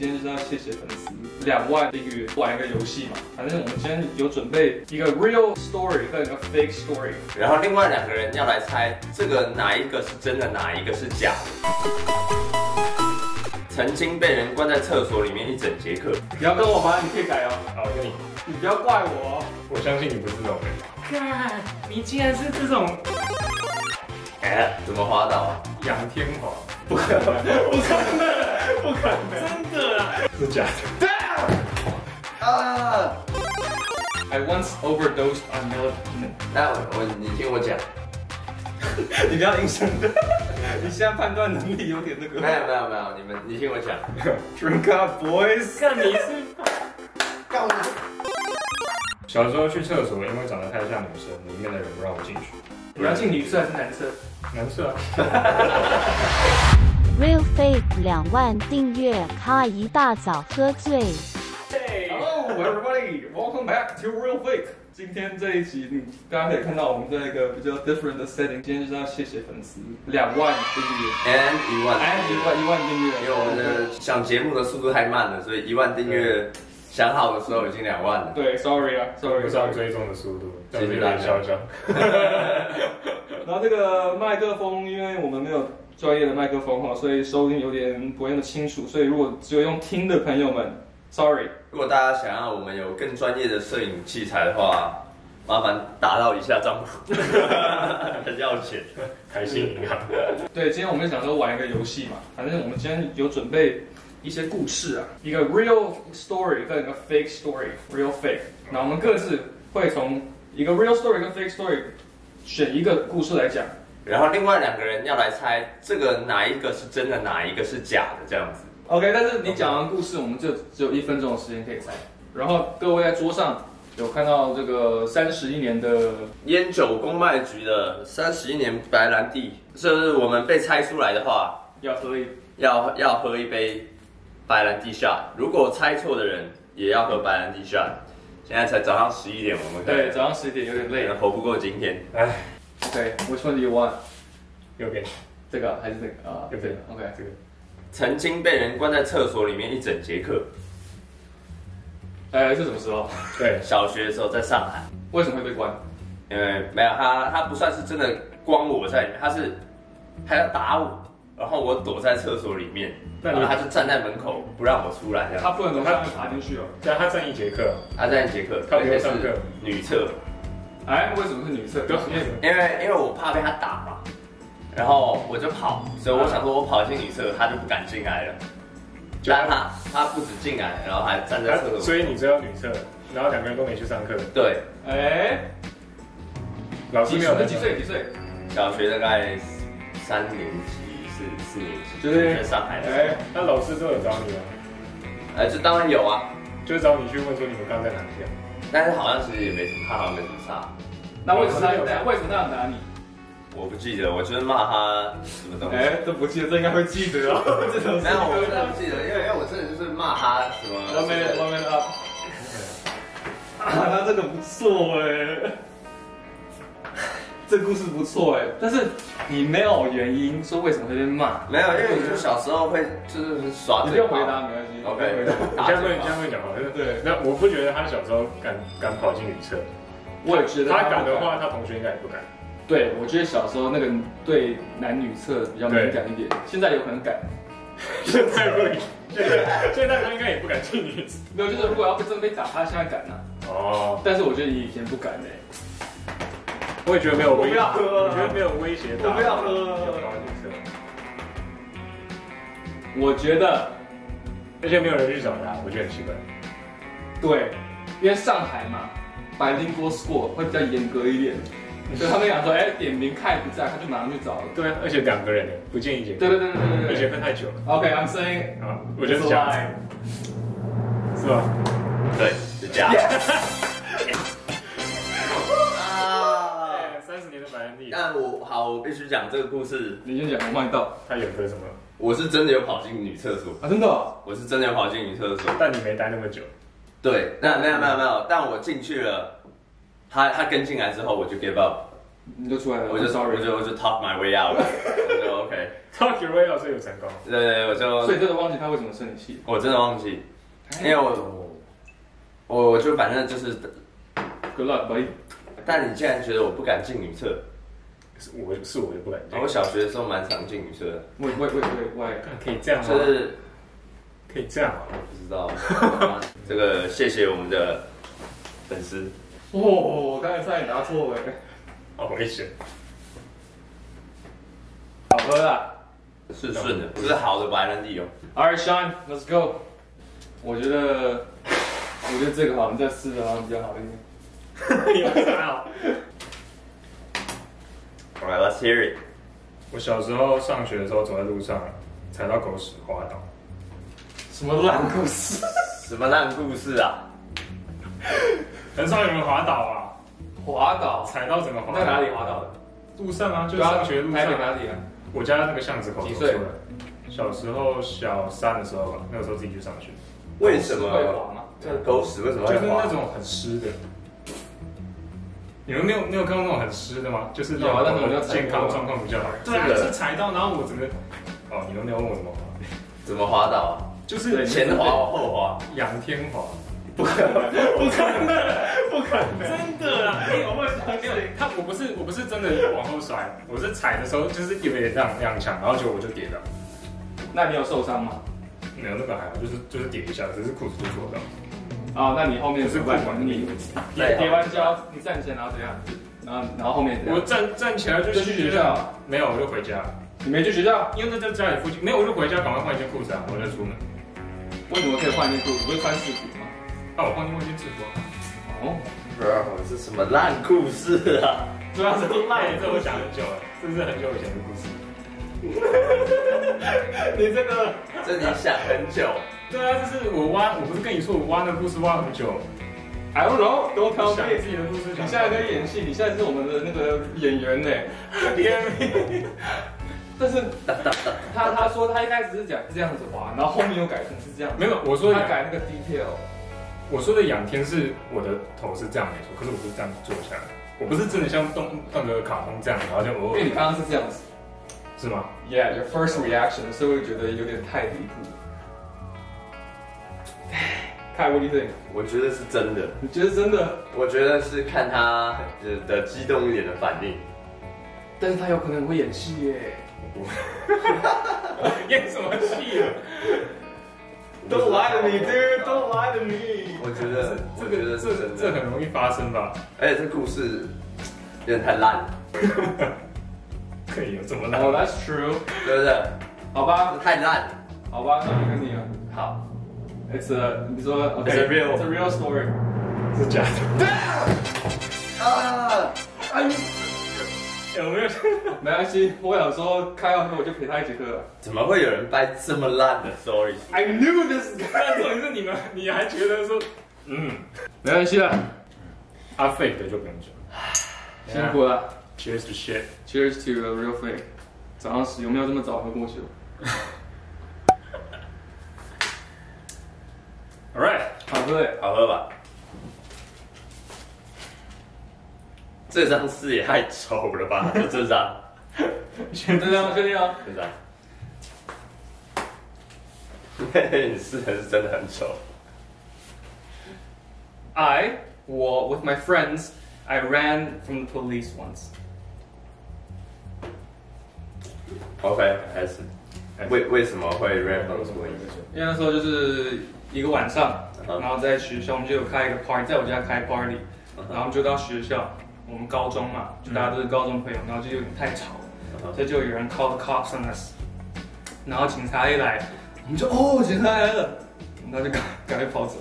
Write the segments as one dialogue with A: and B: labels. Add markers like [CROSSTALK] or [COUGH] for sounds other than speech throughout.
A: 今天就是要谢谢粉丝两万订阅玩一个游戏嘛，反正我们今天有准备一个 real story 和一个 fake story。
B: 然后另外两个人要来猜这个哪一个是真的，哪一个是假的。曾经被人关在厕所里面一整节课，
A: 你要跟我吗？你可以改哦，
C: 好，我跟你，
A: 你不要怪我哦。
C: 我相信你不是这种人。
D: 看，你竟然是这种
B: 哎，怎么滑倒啊？
C: 杨天华
D: 真的啦！
C: 是假
B: 啊！
A: I once overdosed on melatonin。
B: 那我我你听 [LAUGHS] 我讲，
A: [LAUGHS] 你不要硬生的，你现在判断能力有点那个。
B: 没有没有没有，你们你听我讲，
C: 的，
A: Drink up, boys。
D: 看你是
B: 告诉
C: 小时候去厕所，因为长得太像女生，里面的人不让我进去。
A: 你要进女厕还是男厕？
C: 男色啊，
E: Real Fake 两万订阅，咖一大早喝醉。
A: Hello, everybody. Welcome back to Real Fake. 今天这一集，你大家可以看到我们在一个比较 different 的 setting。今天就是要谢谢粉丝两万订阅，
B: and 一万，
A: 哎，一万一万订阅，
B: 因为我们的想节目的速度太慢了，所以一万订阅想好的时候已经两万了。
A: 对，sorry 啊
C: 不
A: ，sorry
C: 是要
A: sorry。
C: 追踪的速度，这样子有点嚣张。
A: 然后这个麦克风，因为我们没有专业的麦克风哈，所以收音有点不会那么清楚，所以如果只有用听的朋友们，sorry。
B: 如果大家想要我们有更专业的摄影器材的话，麻烦打到以下账 [LAUGHS] 户，很要钱。
C: 开心银行，
A: 对，今天我们想说玩一个游戏嘛，反正我们今天有准备一些故事啊，一个 real story 跟一个 fake story，real fake。那我们各自会从一个 real story 跟 fake story 选一个故事来讲。
B: 然后另外两个人要来猜这个哪一个是真的，哪一个是假的，这样子。
A: OK，但是你讲完故事，我们就只有一分钟的时间可以猜。然后各位在桌上有看到这个三十一年的，
B: 烟酒公卖局的三十一年白兰地，就是我们被猜出来的话，
A: 要喝一
B: 要要喝一杯白兰地 shot。如果猜错的人也要喝白兰地 shot。现在才早上十一点，我们可能
A: 对，早上十点有点
B: 可
A: 累。
B: 能活不过今天。
C: 哎，
A: OK，which、one do you want？
C: 右边，
A: 这个还是这个啊？
C: 对
A: 这
C: 对
A: 个 OK。
C: 这个
B: 曾经被人关在厕所里面一整节课，
A: 呃，是什么时候？
C: 对，
B: 小学的时候在上海，
A: 为什么会被关？
B: 因为呃没有他，他不算是真的关我在里面，他是他要打我，然后我躲在厕所里面，
C: 那
B: 然
C: 你
B: 后他就站在门口不让我出来，这样。
A: 他不能从上面爬进去哦。
C: 但他站一节课，
B: 他在一节课，
C: 他
B: 而
C: 不用
B: 且
C: 上课
B: 是女厕，
A: 哎，为什么是女厕？因为
B: 因为因为我怕被他打嘛，然后我就跑，所以我想说我跑进女厕，他就不敢进来了。
C: 就
B: 但他他不止进来，然后还站在厕
C: 他
B: 所。
C: 所以你知道女厕，然后两个人都没去上课，
B: 对，
A: 哎，
C: 老师
A: 几
C: 没有
A: 岁？几岁？几岁？
B: 小学大概三年级四四年级，
A: 就是
B: 在上海的时候。
C: 哎，那老师都有找你吗？
B: 哎，这当然有啊，
C: 就是找你去问说你们刚刚在哪里啊？
B: 但是好像其实也没什么，他好像没什么差。
A: 那为什么他要为什么他要打你？
B: 我不记得，我就是骂他什么东西。
A: 哎，都不记得，这应该会记得哦。这种事
B: 没有，我真的不记得，因为因哎为我真的就是骂他什么。
A: One minute, one minute up。啊， [LAUGHS] 那这个不错哎， [LAUGHS] 这故事不错哎，但是你没有原因说为什么会被骂，
B: 没有，因为你就小时候会就是耍
A: 你不
B: 嘴
A: 用
B: 炮。
A: 回答没关系。
B: OK
A: 不用回答
C: 你这样会你这样会讲话，就是
A: 对
C: 那我不觉得他小时候敢敢跑进女厕，
A: 我也 [LAUGHS] 觉得
C: 他
A: 不
C: 敢的话，他同学应该也不敢。
A: 对，我觉得小时候那个对男女厕比较敏感一点，现在有可能改。
C: 现在不敢，现在现在他应该也不敢进女厕。
A: 没有，就是如果要被真被打，他现在敢呐、
C: 哦，
A: 但是我觉得你以前不敢欸嘞、
C: 我也觉得没有威，
A: 我不要喝了
C: 我觉得没有威胁到。
A: 我不要喝啊了
C: 要跑进女厕，
A: 我觉得
C: 而且没有人去找他，我觉得很奇怪。
A: 对，因为上海嘛，白领 l i score 会比较严格一点，所以他们想说，哎、点名看不在，他就马上去找了。
C: 对啊，而且两个人呢，不建议结婚。
A: 对对对对
C: 而
A: 对
C: 且
A: 对对。
C: 分太久了
A: OK，I'm、saying
C: 啊，我觉得是假的，是吧？
B: 对，是 [LAUGHS] 假的。啊！
C: 三十年的白兰地，
B: 但我啊好，我必须讲这个故事，
A: 你先讲，我帮你倒
C: 他有喝什么？
B: 我是真的有跑进女厕所，
A: 啊，真的哦、
B: 我是真的有跑进女厕所。
C: 但你没待那么久，
B: 对，那没有没有没有，但我进去了，他他跟进来之后我就 give up，
A: 你就出来了。
B: 我就
A: sorry，
B: 我就我就 talk my way out，我就 OK。
C: Talk your way out 是有成功。
B: 对对，我
A: 所以
B: 就
A: 真的忘记他为什么生你气。
B: 我真的忘记，因为我我我就反正就是，
A: Good luck, buddy。
B: 但你竟然觉得我不敢进女厕，
C: 是我是我就不敢
B: 然后我小学的时候蛮常进女厕的，
A: 喂喂喂喂喂，
C: 干可以这样吗？
B: 就是
C: 可以这样吗？
B: 不知道。这个谢谢我们的粉丝，
A: 哦，我刚才差点拿错哎，
C: 好
A: [LAUGHS]
C: 危险。
A: 好喝啦。
B: 是顺的，不是好的白兰地哦。
A: All right, Sean, let's go。我觉得，我觉得这个好像在四的好像比较好一点。
C: 有啥好？
B: Alright, let's hear it。
C: 我小时候上学的时候走在路上，踩到狗屎滑倒。
A: 什么烂故事？
B: 什么烂故事啊？
C: 很少有人滑倒啊，
A: 滑倒？
C: 踩到整个滑倒。
A: 在哪里滑倒的？
C: 路上啊，就是
A: 对啊
C: 上学路
A: 台北
C: 上。
A: 哪里啊？
C: 我家那个巷子口走
A: 几
C: 出
A: 岁
C: 来。小时候小三的时候吧，那个时候自己去上学，
B: 为什
A: 会滑
B: 么？
A: 吗？
B: 这狗屎为什么
C: 就
B: 会
C: 是那
B: 滑？
C: 种很湿的。你们没有没有看过那种很湿的吗？就是
A: 有啊但是我没有踩过
C: 健康状况比较好。
D: 对啊，
B: 这个
D: 是踩到，然后我整个
C: 哦，你们没有问我怎么滑，
B: 怎么滑倒啊？
C: 就是
B: 前滑后滑？
C: 仰天滑。
D: 真的啊，哎，我问
C: 没有，他我不是我不是真的往后甩，我是踩的时候就是有点踉踉跄，然后结果我就跌倒，
A: 那你有受伤吗？
C: 没有那个还好，就是就是跌一下，只是裤子就脱掉，
A: 啊，那你后面
C: 只是
A: 是
C: 裤
A: 外
C: 管的
A: 你
C: 位置。
A: 叠叠
B: 啊
A: 完胶，你站起来然后怎样？啊然后然后后面怎
C: 我
A: 样？
C: 站站起来就
A: 就去学校，
C: 没有我就回家，
A: 你没去学校？
C: 因为那在家里附近，没有我就回家，赶快换一件裤子啊，我再出门。
A: 为什么可以换内裤？不是穿制服吗？
C: 那我换另外一件制服啊，
A: 哦，
B: Bro，这什么烂故事啊？ [LAUGHS]
C: 对啊，这都赖这我想很久了，这是很久以前的故事。
D: 你这个，
B: 这你想很久，
C: 对啊，这是我挖，我不是跟你说我挖那故事挖很久，
A: I don't know, don't
C: 我
A: tell
C: 想
A: me。
C: 自己的故事。
A: 你现在在演戏，你现在是我们的那个演员呢。 [LAUGHS] 但是他他说他一开始是讲这样子滑，然后后面又改成是这样子，
C: 没有，我说
A: 他
C: 的
A: 改那个 detail。
C: 我说的仰天是我的头是这样没错，可是我不是这样坐下来，我不是真的像动那个卡通这样，然后就
A: 因
C: 哦
A: 为，哎你刚刚是这样子
C: 是吗？
A: ，Yeah, your first reaction 是会觉得有点太离谱。 [SIGHS] 看 what do you think？
B: 我觉得是真的。
A: 你觉得真的？
B: 我觉得是看他的的激动一点的反应。
A: 但是他有可能会演戏耶。
C: 演什么戏啊？
B: Don't lie to me,
A: dude. Don't lie to me.
B: 我觉得，我
C: 这
B: 觉得
C: 个
B: 是
C: 这
B: 真
C: 这
B: 的。
C: 很容易发生吧？
B: 而且这故事有点太烂了，
C: 可以有这么烂？
A: Oh, that's true.
B: 对不对？
A: 好吧，
B: 太烂了。
A: 好吧，那我跟你啊
B: 好，
A: ，It's a 你说 OK,
B: It's a real-
A: it's a real story.
C: 是假 [LAUGHS] 的？
B: 啊，
C: 有哎没有？
A: 没关系，我想说开完后我就陪他一起喝。
B: 怎么会有人掰这么烂的 story？
A: I knew this.
C: 但重点是你们，你还觉得说，嗯，
A: 没关系的，
C: 他 fake 的就不用讲。
A: 辛苦了。
C: Cheers to shit。
A: Cheers to a real thing。早上十有没有这么早喝过酒？
C: All right，
A: 好喝哎，
B: 好喝吧？这张四也太丑了 [LAUGHS] 吧？就这张，
A: 确定啊，确定 [LAUGHS] 啊。
B: 这 [LAUGHS] 张。嘿嘿，你四是真的很丑。
A: I 我 with my friends I ran from the police once.
B: OK，开始。为为什么会 rap 到这个位置？
A: 因为那时候就是一个晚上，
B: 嗯
A: 然后在学校我们就有开一个 party，在我家开 party，然后我们就到学校，我们高中嘛，就大家都是高中朋友，然后就有点太吵了。所以就有人 call the cops on us，然后警察一来，我们就哦，警察来了，然后就赶赶快跑走。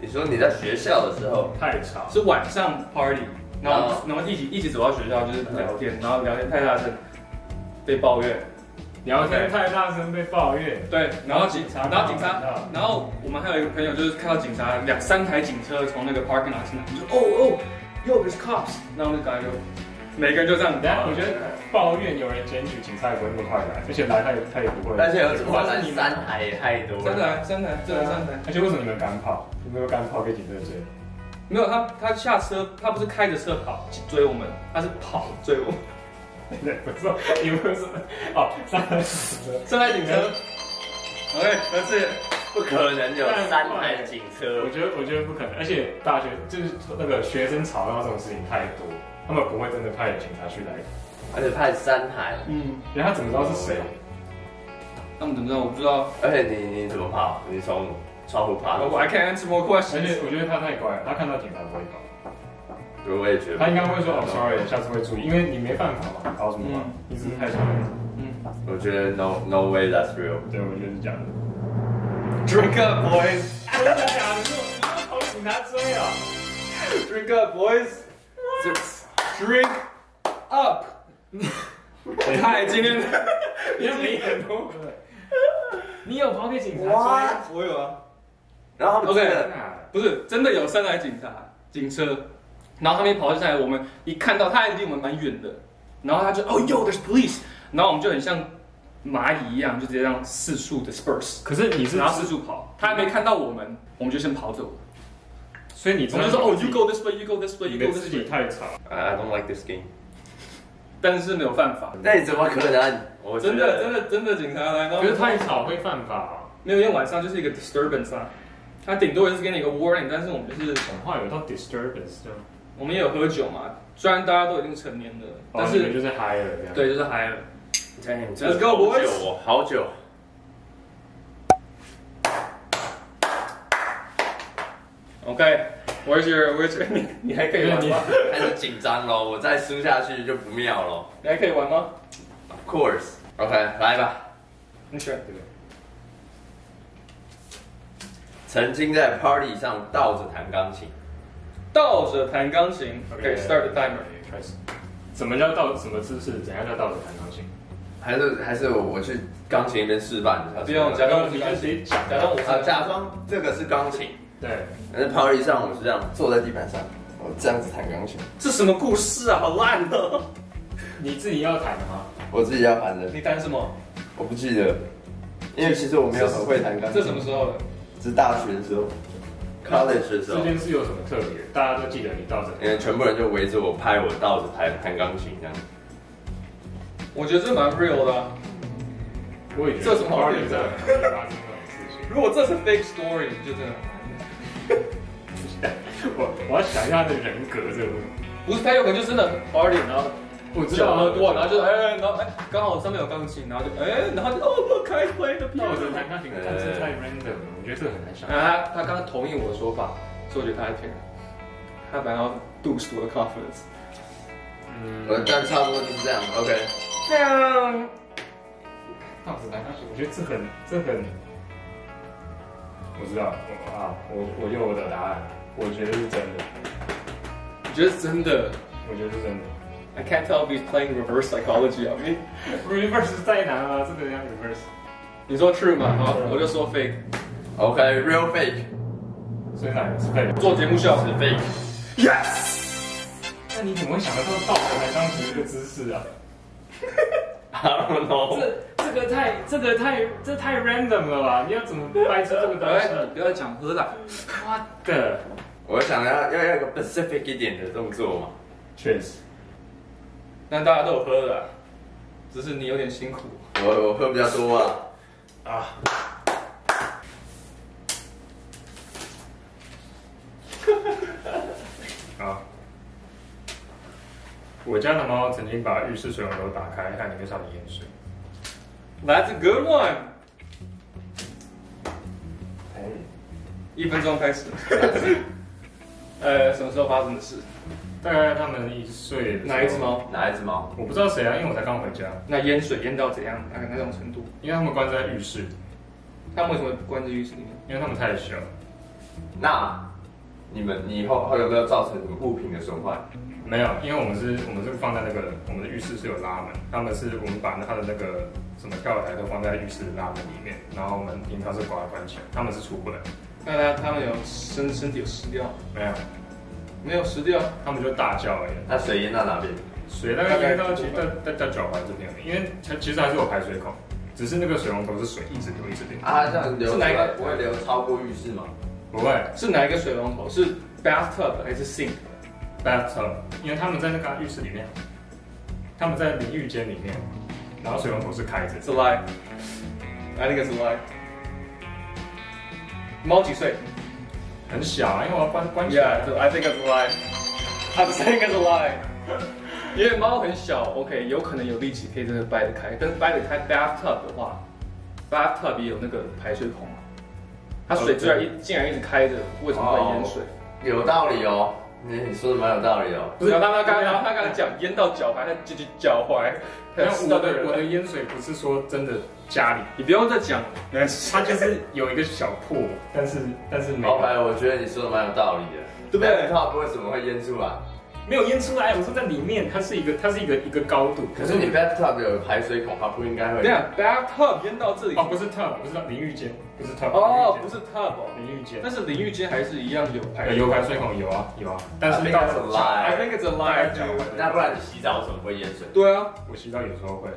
B: 你说你在学校的时候，
C: 太吵。
A: 是晚上 party，然后、
B: 哦
A: 然后一起一起走到学校就是聊天，然后聊天太大声，被抱怨，
C: 聊
A: 聊
C: 天
A: 天
C: 太大声被抱怨，
A: 对，然后警察，然后警察
C: 看到，
A: 然后我们还有一个朋友就是看到警察两三台警车从那个 parking lot 进来，我们就哦哦，yo there's cops，然后我们就赶快就每个人就这样，
C: 等下我觉得抱怨有人检举，警察也不会那么快来，而且来他也他也不会。
B: 而且有什么来三台也太多了。
A: 真的啊真的啊真的啊真的啊。
C: 而且为什么你们敢跑？你们有敢跑被警察追？
A: 没有他，他下车，他不是开着车跑追我们，他是跑追我们。
C: 对，不是，你们是哦，三台车，
A: 正在警车，OK，儿子，
B: 不可能有三台警车
C: 我。觉得我觉得不可能，而且大学就是那个学生吵闹这种事情太多，他们不会真的派警察去来，
B: 而且派三台，
A: 嗯，
C: 因为他怎么知道是谁？
A: 他们怎么知道？我不知道。
B: 而且你你怎么跑？你从窗户爬？
A: 我 I can answer more
C: 而且
A: questions。
C: 我觉得他太乖了，他看到警察不会跑，
B: 对，我也觉得。
C: 他应该会说哦，sorry，下次会注意，因为你没办法嘛，搞什么嘛
A: 嗯，
C: 你只是太小了。
A: 嗯
B: 我觉得 no no way that's real。
C: 对，我觉得是这样的。
A: ，Drink up boys，Drink
D: 真的假的？你要跑警察追啊？
A: up boys，Drink [LAUGHS] up。嗨，今 [LAUGHS] 天
D: 你要没很多。你有跑给警察
B: What？
A: 我有啊，
B: 然后他们真
A: OK
B: 的
A: 不是真的有三台警察警车，然后他们一跑下来，我们一看到他还离我们蛮远的，然后他就哦哟，there's police，然后我们就很像蚂蚁一样，就直接让四处 disperse，
C: 可是你是
A: 然，后四处跑，他还没看到我们，我们就先跑走，
C: 所以你
A: 我
C: 真
A: 们
C: 的
A: 就说哦，you go this way，you go this
C: 你
A: way，you
C: 的
A: go
C: 自
A: this
C: 己
A: way，
C: 太吵，
B: I I don't like this game。
A: 但是没有犯法，
B: 那你怎么可能？我
A: 真的真的真的警察来，然后
C: 可是太吵会犯法啊。
A: 没有，因为晚上就是一个 disturbance 啊，他顶多也是给你一个 warning，但是我们就是。
C: 讲话有到 disturbance 这样，
A: 我们也有喝酒嘛，虽然大家都已经成年了，但
C: 哦你们
A: 是、
C: 就是嗨了这样。，
A: 对，就是嗨了。
B: 真的
A: Let's go, boys
B: 好久，
A: OK，Where's your，Where's your，你 [LAUGHS] 你还可以玩
C: 你
A: [LAUGHS] 吗？
B: 开始紧张了，我再输下去就不妙了。
A: 你还可以玩吗？
B: Of course。OK，来吧。
A: 你选
C: 对
B: 曾经在 party 上倒着弹钢琴，
A: 倒着弹钢琴。
C: OK，
A: OK，start、the timer。
C: 开始。什么叫倒？什么姿势？怎样叫倒着弹钢琴？
B: 还是还是我我去钢琴那边示范一下。
A: 不用
B: 是
A: 假
B: 吧
A: 装我是
C: 你
A: 钢
C: 就直
A: 琴
C: 接讲
A: 假装我
B: 啊，
A: 是
B: 假装这个是钢琴，
C: 对，
B: 但是 party 上我是这样坐在地板上，我这样子弹钢琴，
A: 这什么故事啊？好烂哦！
C: 你自己要弹吗？
B: 我自己要弹的，
A: [LAUGHS] 你弹什么？
B: 我不记得，因为其实我没有很会弹钢琴
A: 这，什么时候的？
B: 是大学的时候，college 的时候
C: 这，件事有什么特别？大家都记得你倒着
B: 因为全部人就围着我拍我倒着弹弹钢琴这样。
A: 我觉得这蛮 real 的啊、
C: 我也觉
A: 这
C: 得
A: 什么好
C: party 上发生这种事情。
A: 如果这是 fake story，就真的
C: 我 [LAUGHS] 我要想一下他的人格这个问题。
A: 不是他有可能就真的 party，然后
C: 我知
A: 酒
C: 道啊
A: 喝
C: 了，
A: 多，然后就哎、然后哎，刚好上面有钢琴，然后就哎、然后就哦，look，I play the piano
C: 倒着。弹钢琴，但是太 random 了，我觉得这个很难
A: 啊，
C: 想。
A: 他他刚刚同意我的说法，所以我觉得他在骗人。他反而要 boost 我的 confidence。
B: 呃，但差不多就是这样。OK，
C: 倒着弹钢琴，我觉得这很这很，我知道，我啊，我我有我的答案，我觉得是真的，
A: 你觉得是真的
C: 我觉得是真的。
A: ？I can't tell if he's playing reverse psychology on me。
C: reverse 太难了，这个要 reverse，
A: 你说 true 吗？好，我就说 fake。
B: OK，real、fake
C: 所以哪个是废的？
A: 做节目效
B: 是
A: 果
B: fake。
C: 那你怎么会想得到倒着来当成一个姿势啊？
B: I don't know。
C: 这这个太这个太这太 random 了吧？你要怎么掰出这个
A: 不
C: 东
A: 要
C: 西？
A: 不要讲喝啦。
C: 我的，
B: 我想要要要一个 specific 一点的动作嘛。
C: 确实，
A: 但大家都有喝的啊，只是你有点辛苦。
B: 我我喝比较多啊。
C: [LAUGHS] 啊。我家的猫曾经把浴室水龙头打开，看里面上的盐水。
A: That's a good one。
C: 哎，
A: 一分钟开始。 [LAUGHS] 呃，什么时候发生的事？
C: 大概它们一岁的时候
A: 哪一只？猫？
B: 哪一只猫？
C: 我不知道谁啊，因为我才刚回家，
A: 那淹水淹到怎样？大概那种程度？
C: 因为它们关在浴室，
A: 他们为什么关在浴室里面？
C: 因为它们太小。
B: 那你们你以后会有没有造成什么物品的损坏？
C: 没有，因为我们是，我们是放在那个我们的浴室是有拉门，他们是我们把他的那个什么跳台都放在浴室的拉门里面，然后我们平常是把它关起来，他们是出不来。
A: 那他他们有身身体有湿掉吗？
C: 没有，
A: 没有湿掉。
C: 他们就大叫而已。
B: 那水淹到哪边？
C: 水大概淹到其实在在在脚踝这边而已，因为它其实还是有排水口，只是那个水龙头是水一直流一直流。
B: 啊，这样流出来
A: 是哪一个
B: 不会流超过浴室吗？
C: 不会
A: 是哪一个水龙头？是 bathtub 还是 sink？
C: bathtub，因为他们在那个浴室里面，他们在淋浴间里面，然后水龙头是开着的。
A: It's a lie. I think it's a lie. 猫几岁
C: 很小啊，因为我要关关起来。
A: ？Yeah, I think it's a lie. I'm saying it's a lie. 因为猫很小，OK，有可能有力气可以真的掰得开，但是掰得开 bathtub 的话，bathtub 也有那个排水孔嘛，它水居然一竟然一直开着，为什么会淹水？
B: 有道理哦，你你说的蛮有道理哦。
A: 不是，然后他刚刚，然后他刚刚讲淹到脚踝，他就就脚踝，他 [LAUGHS]
C: 但
A: 有
C: 我
A: 四个
C: 的我的
A: 人，
C: 淹水不是说真的家里，
A: 你不用再讲了，
C: 它
A: [LAUGHS]
C: 就是有一个小破，但是但是没有。
B: 后来我觉得你说的蛮有道理的，
A: 对不对
B: ？laptop 为什么会淹出来？
C: 没有淹出来，我说在里面，它是一个它是一个一个高度。
B: 可是 [LAUGHS] 你 bathtub 有排水孔，它不应该会
A: 等一。下 bathtub 淹到这里
C: 哦，，不是 tub，不是淋浴间，不是 tub，
A: 哦，不
C: 淋浴
A: 是 tub，哦
C: 间淋浴间
A: 但。是淋浴间还是一样有排
C: 呃有排水孔有啊有啊，但
B: 啊那
C: 是
B: 个
C: 到
B: 是
C: 小
B: lie
A: I think it's a
C: 大概
A: lie.
C: 脚踝
A: dude.
B: 那不然你洗澡为什么会淹水？
A: [LAUGHS] 对啊
C: 我洗澡有时候会，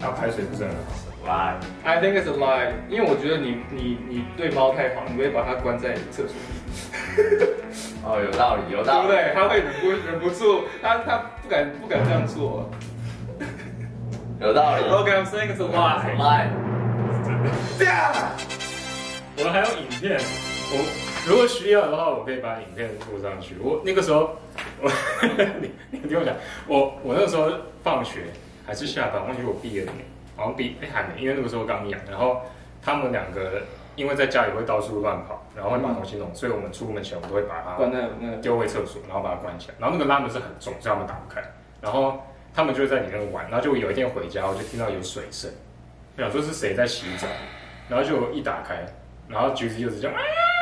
C: 那排水不是很好。
B: 来，
A: ，I think it's a lie，因为我觉得你你你对猫太好，你会把它关在厕所， [LAUGHS]
B: 哦，有道理，有
A: 对
B: 道
A: 不
B: 理。
A: 对？它会忍不忍不住，它它不敢不敢这样做。
B: 有道理。
A: OK，I'm saying it's a lie.
B: 来，
C: 我们还有影片，我如果需要的话，我可以把影片附上去。我那个时候，我 [LAUGHS] 你你听我讲，我我那个时候放学还是下班，忘记我毕业了没，好像毕哎还没，因为那个时候刚养，然后他们两个因为在家里会到处乱跑，然后会把东西弄，所以我们出门前我们都会把它
A: 关在那个
C: 丢回厕所，然后把它关起来。然后那个拉门是很重，所以他们打不开。然后他们就会在里面玩。然后就有一天回家，我就听到有水声，我想说是谁在洗澡，然后就一打开，然后橘子柚子就啊，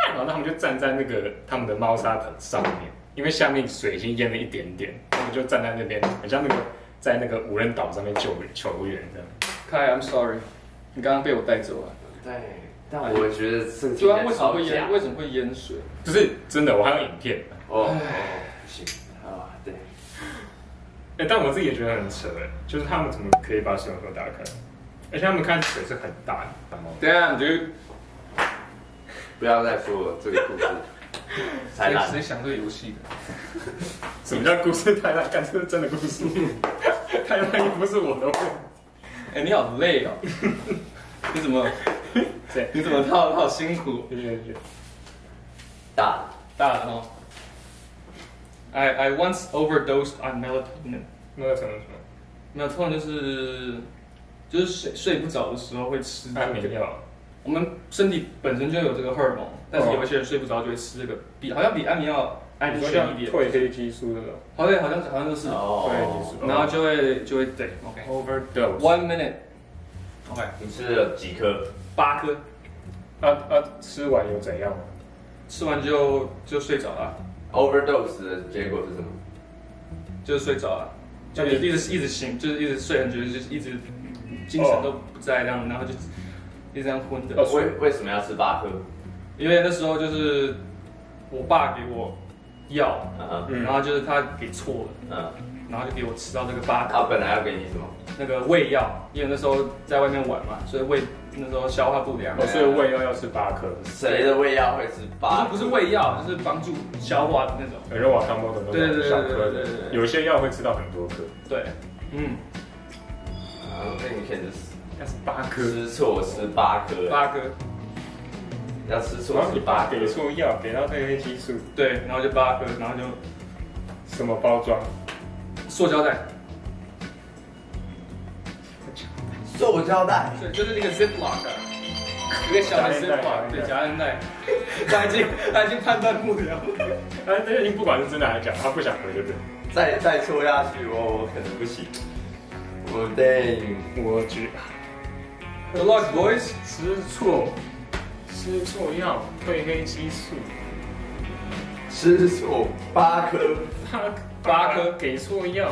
C: 然后他们就站在那个他们的猫砂盆上面，因为下面水已经淹了一点点，他们就站在那边，很像那个在那个无人岛上面救求援这样。
A: Kai，I'm sorry，你刚刚被我带走了。
B: 对，但哎我觉得这个
A: 对啊，为什么会淹？为什么会淹水？
C: 不是真的，我还有影片，
B: 哦，哦不行啊，对，
C: 哎、但我自己也觉得很扯，哎就是他们怎么可以把水龙头打开？而且他们看水是很大的，
A: 等一下，你觉得
B: 不要再说了，这个故事
A: [LAUGHS]
B: 太烂
A: 谁谁。
B: 了
A: 想这个游戏的？
C: 什么叫故事太烂？干，这是真的故 [LAUGHS] 事，太烂又不是我的问题。
A: 哎，你好累哦， [LAUGHS] 你怎么
B: [LAUGHS]
C: 对，
A: 你怎么好好辛苦？
C: 对对对，
B: 大，
A: 大了哦。I I once overdosed on melatonin.
C: 那个什么什
A: melatonin 就是就是睡睡不着的时候会吃
C: 么
A: 这
C: 安
A: 个
C: 眠药，
A: 我们身体本身就有这个荷尔蒙，但是有一些人睡不着就会吃这个，比好像比安眠药安
C: 你
A: 眠
C: 说
A: 药一
C: 像
A: 点，
C: 褪黑激素那种，
A: 好像好像好像就是，
C: 褪黑
B: 哦
C: 激，素，
A: 然后就会就会对
C: overdose，
A: ，OK，one minute，OK，
B: 哦你吃了几颗？
A: 八颗，
C: 啊啊，吃完又怎样？
A: 吃完就就睡着了，
B: overdose 的结果是什么？
A: 就睡着了，就
C: 那
A: 一
C: 你
A: 直一直一直醒，就是一直睡很久，就是一直精神都不在这样，然后就一直这样昏的。
C: 哦
B: 为为什么要吃八颗？
A: 因为那时候就是我爸给我药，
B: 嗯
A: 然后就是他给错了，
B: 嗯，
A: 然后就给我吃到这个八颗
B: 他本来要给你什么？
A: 那个胃药，因为那时候在外面玩嘛，所以胃那时候消化不良。
C: 哦，所以胃药要吃八颗，
B: 谁的胃药会吃八？
A: 不是不是胃药，就是帮助消化的那种。
C: 有肉瓦汤包的那种小颗的，有些药会吃到很多颗，
A: 对，嗯，
B: 啊，那你可以吃
C: 但是八颗，
B: 吃错吃八颗，
A: 八颗，
B: 要吃
C: 然
B: 错
C: 后
B: 吃
C: 你
B: 八
C: 爸
B: 颗
C: 给。错药，给到褪黑激素，
A: 对，然后就八颗，然后就
C: 什么包装？
A: 塑胶袋，
B: 塑胶袋，
A: 对，就是那个 ziplock，啊一个小的
C: 夹链袋夹链
A: ziplock，
C: 袋
A: 对，夹链袋，他已经他已经判断不了。
C: 啊，这已经不管是真的还是假的，他不想喝就对。
B: 再再错下去，我我可能不行。我得
C: 我觉
A: Good luck, boys。
C: 吃错，吃错药，褪黑激素，
B: 吃错八颗，
C: 八
A: 八颗
C: 给错药，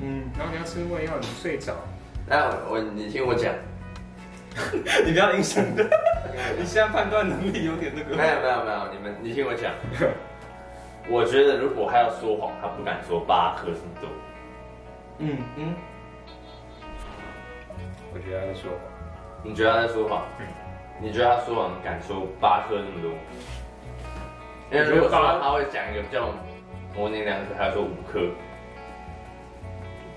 A: 嗯，
C: 然后你要吃胃药，你睡着。
B: 那我你听我讲，
A: 你不要影响的，你现在判断能力有点那
B: 没
A: 个。
B: 有没有没有，你们你听我讲。 [LAUGHS] 我觉得如果他要说谎，他不敢说八颗这么多。
A: 嗯嗯，
C: 我觉得他在说谎，
B: 你觉得他在说谎？
C: 嗯
B: 你觉得他说谎敢说八颗那么多？因为如果说他会讲一个比较模棱两可，他说五颗，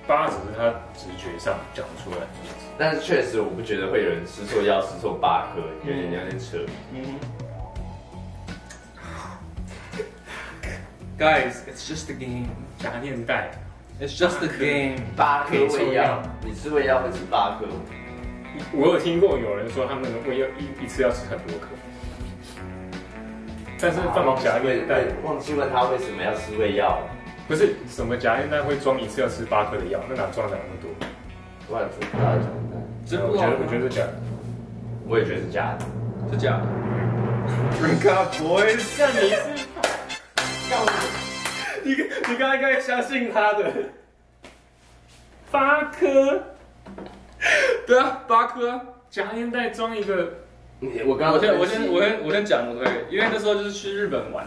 C: 八只是他直觉上讲出来的意思。
B: 但是确实我不觉得会有人吃错药吃错八颗，有点有点扯。
A: Mhm. Guys, it's just a game.
C: 假念带，
A: It's just a game.
B: 八颗
C: 可以
B: 胃
C: 错
B: 药
C: 药，
B: 你吃胃药会吃八颗，
C: 我有听过有人说他们的胃药一一次要吃很多颗，但是
B: 啊
C: 放
B: 忘记
C: 假念
B: 问
C: 带
B: 问忘记问他为什么要吃胃药，
C: 不是什么假念带会装一次要吃八颗的药，那哪装得了那么多？
B: 我也不知道讲的，
A: 这
C: 我
A: 不
C: 觉得我觉得是假的。
B: 我也觉得是假的。
A: 是假的。
B: Drink up, boys！
C: 那你是
A: 你你刚才该相信他的。
C: 八颗
A: 对啊，八颗啊。
C: 假念带装一个
B: 你我刚
A: 我
B: 刚
A: 先我先我先我先讲我的，因为那时候就是去日
C: [LAUGHS]
A: 本玩，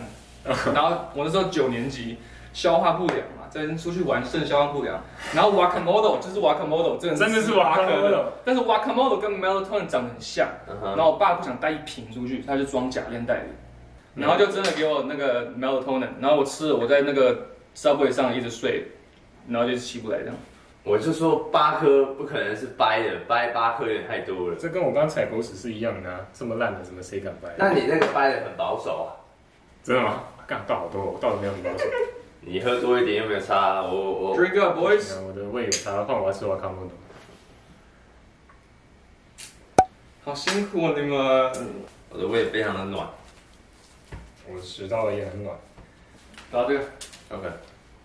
A: 然后我那时候九年级，消化不良嘛，在出去玩肾消化不良，然后 Wakamodo 就是 Wakamodo，真的
C: 真的是
A: 八颗
C: Wakamodo
A: 但是 Wakamodo 跟 Melatonin 长得很像，
B: 嗯
A: 然
B: 哼
A: 后我爸不想带一瓶出去，他就装假链袋里，
C: 嗯
A: 然后就真的给我那个 Melatonin，然后我吃了，我在那个 subway 上一直睡，然后就起不来这样。
B: 我就说八颗不可能是掰的，掰八颗有点太多了。
C: 这跟我刚刚踩狗屎是一样的啊！这么烂的，怎么谁敢掰？
B: 那你那个掰的很保守啊，
C: 真的吗？干倒好多，我倒的没有很保守。
B: 你喝多一点又没有差啊，我我
A: Drink up, boys！
C: 我的胃有差，换我要吃瓦卡莫多。
A: 好辛苦啊你们。
B: 我的胃非常的暖。
C: 我的食道也很暖。
A: 然后这个
B: OK，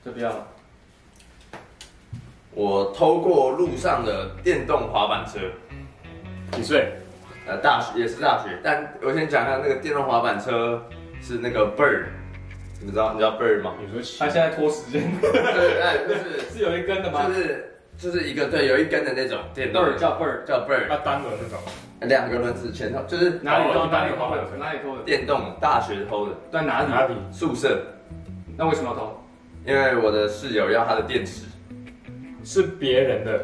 A: 就不要了。
B: 我偷过路上的电动滑板车，
C: 几岁？
B: 呃，大学也是大学，但我先讲一下那个电动滑板车是那个 Bird，你们知道你知道 Bird 吗？
C: 你说七
A: 他？现在拖时间，
B: [LAUGHS] 对，哎，就是
A: 是有一根的吗？
B: 就是就是一个对有一根的那种电动
A: 贝儿叫贝儿，
B: 叫 Bird，
C: 他单轮那种。
B: 两个轮子前头就是
A: 哪里
C: 哦
A: 偷
C: 一般
A: 哪
C: 的
A: 里
C: 话
A: 偷的？哪里偷的？
B: 电动大学偷的
A: 在哪
C: 哪
A: 里？
C: 里？
B: 宿舍，
A: 那为什么要偷？
B: 因为我的室友要他的电池。
C: 是别人的，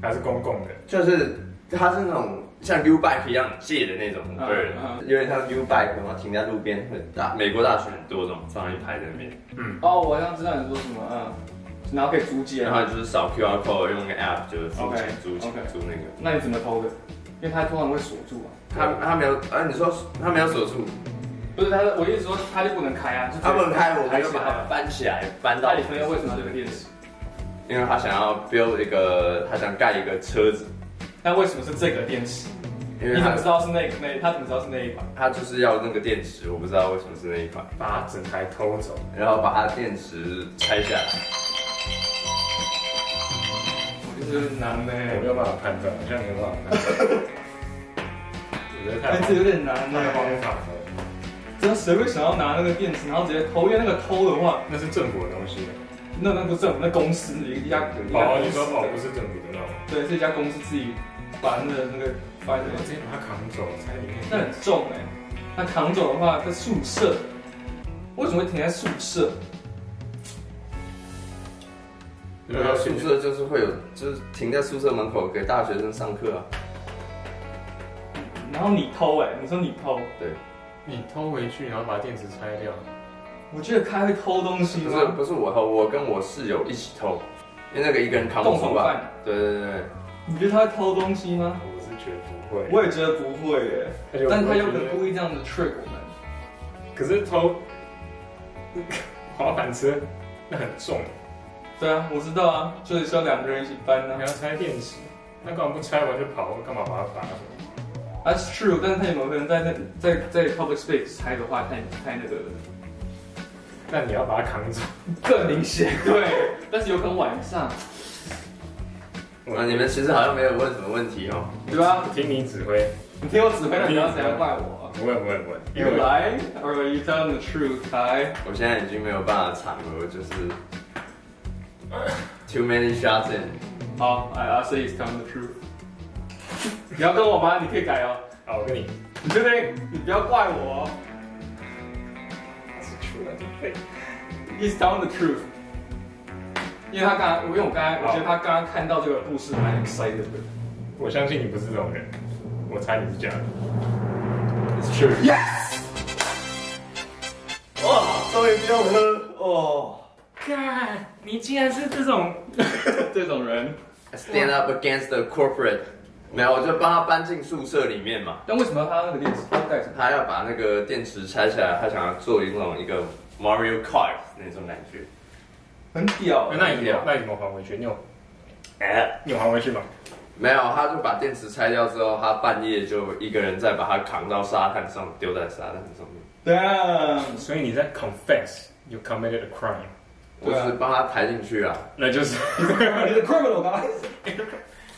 C: 还是公共的？
B: 就是它是那种像 U bike 一样借的那种
A: 嗯
B: bird，、
A: 嗯
B: 因为它是 U bike 嘛，停在路边很大，美国大学很多这种放一排在那边，
A: 哦，我好像知道你说什么，嗯，然后可以租借
B: 然。后就是扫 QR code 用个 app 就是付
A: OK，
B: 钱租钱
A: OK
B: 租那个，
A: 那你怎么偷的？因为他通常会锁住啊，
B: 他他没有啊，你说他没有锁住，
A: 不是他，我一直说他就不能开啊，就
B: 他不能开，我
A: 还
B: 们
A: 有
B: 就把
A: 把
B: 它搬起来搬
A: 它。
B: 到
A: 那，你朋友为什么要这个电池？
B: 因为他想要 build 一个，他想盖一个车子，
A: 那为什么是这个电池？
B: 因
A: 你
B: 为
A: 怎么
B: 他
A: 知道是那个那？他怎么知道是那一款？
B: 他就是要那个电池，我不知道为什么是那一款，
C: 把整台偷走。
B: 然后把它电池拆下来。
A: 我就是难呢，
C: 我没有办法判断，好像没有办法判断。 [LAUGHS] 我觉得太
A: 哎，这有点难
C: 太
A: [LAUGHS]
C: 荒
A: 呢。
C: 唐了。
A: 真的谁会想要拿那个电池，然后直接偷？因为那个偷的话，
C: 那是政府的东西。
A: 那那不是我们那公司一一家一家
C: 哦，
A: 公
C: 你
A: 司
C: 说哦，不是政府的那种。
A: 对，这家公司自己把那个那个把那
C: 我
A: 个，
C: 直接把它扛走，在里面。
A: 那很重哎、那扛走的话，在宿舍，为什么会停在宿舍？
B: 然后宿舍就是会有，就是停在宿舍门口给大学生上课啊。
A: 然后你偷哎、你说你偷，
C: 你偷回去，然后把电池拆掉。
A: 我觉得开会偷东西
B: 不是
A: 吗？
B: 不是我偷，我跟我室友一起偷，因为那个一个人扛不
A: 动
B: 住
A: 手
B: 吧。
A: 犯，
B: 对对对，
A: 你觉得他会偷东西吗？
C: 我是觉得不会。
A: 我也觉得不会耶、
C: 而且我
A: 但他有
C: 觉
A: 可
C: 得
A: 能故意这样子 trick 我们。
C: 可是偷 [LAUGHS] 滑板车那很重，
A: 对啊，我知道啊，就是需要两个人一起搬
C: 你
A: 啊。
C: 要拆电池，那干嘛不拆完就跑？干嘛把它拔走？
A: That's true，但是他有没有可能在那在在 public space 拆的话，太太那个了。
C: 那你要把它扛走。
A: 更明显，对，但是有可能晚上，
B: 对，啊，你们其实好像没有问什么问题哦。
A: 对吧？
C: 听你指挥，
A: 你听我指挥了，你要谁来怪我
C: 不会不会不会，因
A: ？You
C: 为
A: lie or you tell the truth, I
B: 我现在已经没有办法藏了，我就是 [LAUGHS] too many shots in。
A: 好，I oh, I say is telling the truth。你要跟我吗？你可以改哦。
C: 好，我跟你
A: 你确定？你不要怪我哦。
C: 出来就对。
A: He's telling the truth。因为他刚才，因为我刚才，我觉得他刚刚看到这个故事蛮 excited 的。
C: 我相信你不是这种人，我猜你是假的。
A: It's true. Yes。
B: 终于不用喝哦。
D: 干，你竟然是这
A: [LAUGHS]
D: 种这种人，
B: Stand up against the corporate，没有，我就帮他搬进宿舍里面嘛。
A: 但为什么他那个电池他带什么？
B: 他要把那个电池拆下来，他想要做一种一个 Mario Kart 那种感觉。
A: 很屌、啊
C: 哦那你怎么那你怎么还回去？你有
B: 哎，
C: 你有还回去吗？
B: 没有，他就把电池拆掉之后，他半夜就一个人再把它扛到沙滩上，丢在沙滩上面。
A: Damn，
C: 所以你在 confess you committed a crime，
B: 我只是帮他抬进去啊，
C: 那就是 [LAUGHS]
A: 你的 criminal [LAUGHS] guys。